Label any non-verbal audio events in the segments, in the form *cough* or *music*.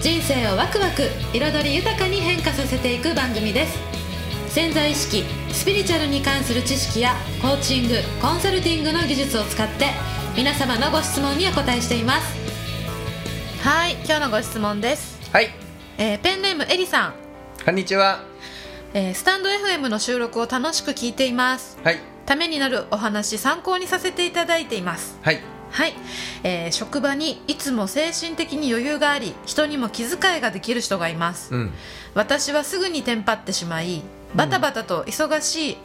人生をワクワク彩り豊かに変化させていく番組です潜在意識スピリチュアルに関する知識やコーチングコンサルティングの技術を使って皆様のご質問にお答えしていますはい今日のご質問です、はいえーペンネームエリさんこんにちはえースタンド FM の収録を楽しく聞いていますはいためになるお話参考にさせていただいていますはいはい、えー職場にいつも精神的に余裕があり人にも気遣いができる人がいます、うん私はすぐにテンパってしまいバタバタと忙しい、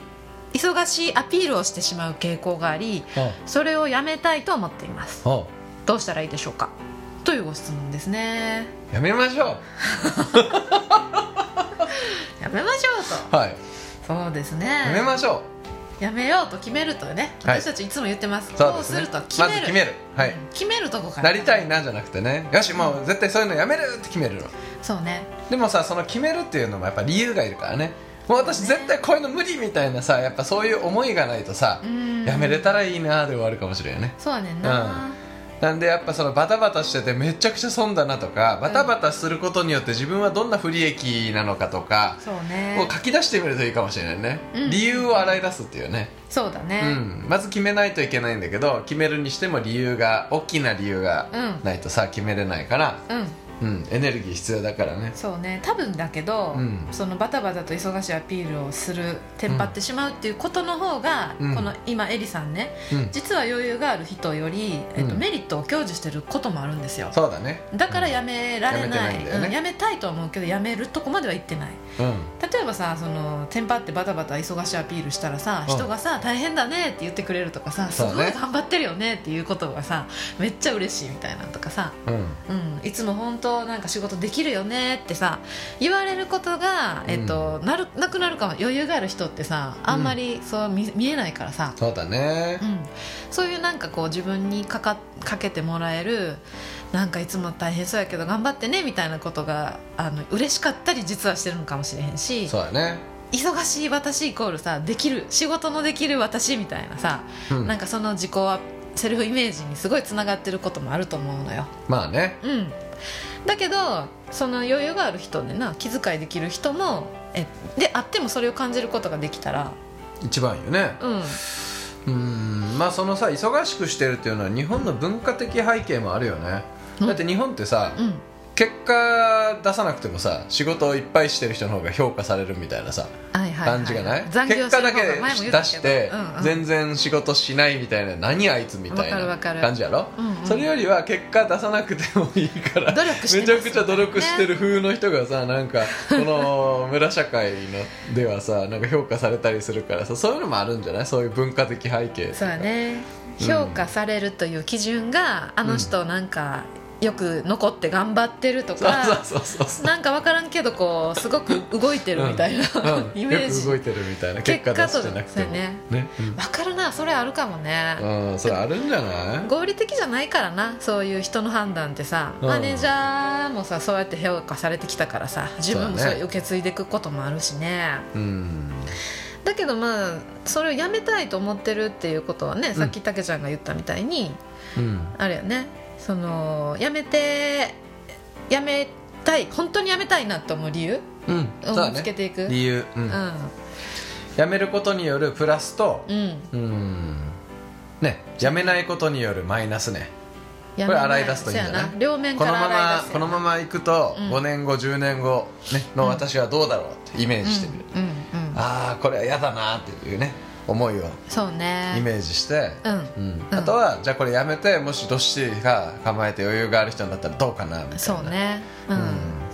忙しいアピールをしてしまう傾向がありほそれをやめたいと思っていますうほどうしたらいいでしょうかというご質問ですねうやめましょやめましょううはいとそうですねやめましょやめようと決めるとね、はい私たちいつも言ってますうこそううですするねと決まめずる,、決めるはい決めるとこからなりたいなじゃなくてねよしもう絶対そういうのやめるって決めるのそうねでもさその決めるっていうのもやっぱ理由がいるからねもう私絶対こういうの無理みたいなさやっぱそういう思いがないとさうんやめれたらいいなで終わるかもしれんよねそうやねんな、うんなんでやっぱそのバタバタしててめちゃくちゃ損だなとかバタバタすることによって自分はどんな不利益なのかとかそうねを書き出してみるといいかもしれないね、うん理由を洗い出すっていうね、そうだうねん、まず決めないといけないんだけど決めるにしても理由が大きな理由がうんないとさ決めれないから、うん、うん、エネルギー必要だからねそうね多分だけど、うんそのバタバタと忙しいアピールをするテンパってしまうっていうことの方が、うんこの今エリさんねうん実は余裕がある人より、えっとうんメリットを享受してることもあるんですよそうだねだからやめられなやめていないんだよねうんやめたいとは思うけどやめるとこまでは行ってないうん例えばさそのテンパってバタバタ忙しいアピールしたらさうん人がさ大変だねって言ってくれるとかさすそうごねい頑張ってるよねっていうことがさめっちゃ嬉しいみたいなのとかさ、うんうん、いつも本当なんか仕事できるよねってさ言われることが、えっとなるなくなるかも余裕がある人ってさあんまりそう見見えないからさ、そうだねうん、そういうなんかこう自分にかかかけてもらえるなんかいつも大変そうやけど頑張ってねみたいなことがあの嬉しかったり実はしてるのかもしれへんしそうだね忙しい私イコールさできる仕事のできる私みたいなさ、うんなんかその自己はセルフイメージにすごいつながってることもあると思うのよ。まあねうん、だけどその余裕がある人でな気遣いできる人もえであってもそれを感じることができたら、一番いいよねうん、うんまあそのさ忙しくしてるっていうのは日本の文化的背景もあるよねうんだって日本ってさ、うん、結果出さなくてもさ仕事をいっぱいしてる人の方が評価されるみたいなさはいはいはい感じがない,、残業結果だけしてる方が前も言った出けしどて、うんうん全然仕事しないみたいな何あいつみたいなわかるわかる感じやろ、うんうんそれよりは結果出さなくてもいいから努力してめまちすゃくちゃ努力してる風の人がさなんかこの村社会のではさなんか評価されたりするからさそういうのもあるんじゃないそういう文化的背景そうやねうん評価されるという基準が、あの人なんかよく残って頑張ってるとそうか、そうそうそうなんか分からんけどこうすごく動いてるみたいな、うん、 *laughs* イメーよくジ動分いてるみたいな結果出してなくても結果とそうやねうんかるなそれあるかもね、うん、それあるんじゃない合理的じゃないからなそういう人の判断ってさ、うんマネージャーもさそうやって評価されてきたからさ自分もそうそだねれ受け継いでいくこともあるしねうんだけどまあそれをやめたいと思ってるっていうことはねさっきたけちゃんが言ったみたいに、うんあれよねそのやめてやめたい本当にやめたいなと思う理由うんそうをだ見つけねていくう,、理由、うんんやめることによるプラスとうんうんねやめないことによるマイナスねやこれめな洗い出すといいんじゃないそうや両面こかのらま洗い出ますこのままいくとうん5年後10年後、ね、の私はどうだろうってイメージしてみる、うんうんうんああこれは嫌だなっていうね思いをそうねイメージして、うんうんうんあとはじゃあこれやめてもしどっしりが構えて余裕がある人になったらどうかなみたいなそうねう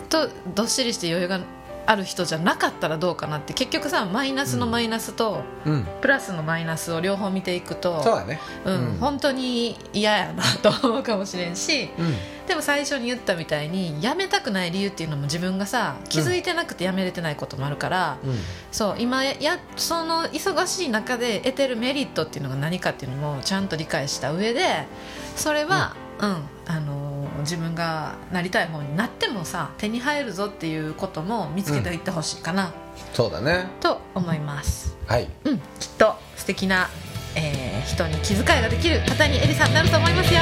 ん、とどっしりして余裕がある人じゃなかったらどうかなって結局さマイナスのマイナスと、うんプラスのマイナスを両方見ていくとそうだねうんうん本当に嫌やなと思うかもしれんし、うんでも最初に言ったみたいに辞めたくない理由っていうのも自分がさ気づいてなくて辞めれてないこともあるから、うんそう今やその忙しい中で得てるメリットっていうのが何かっていうのもちゃんと理解した上でそれは、うんあのー自分がなりたい方になってもさ手に入るぞっていうことも見つけていってほしいかな、そうだねと思います。はいうん、きっと素敵な、えー人に気遣いができる方にエリさんになると思いますよ。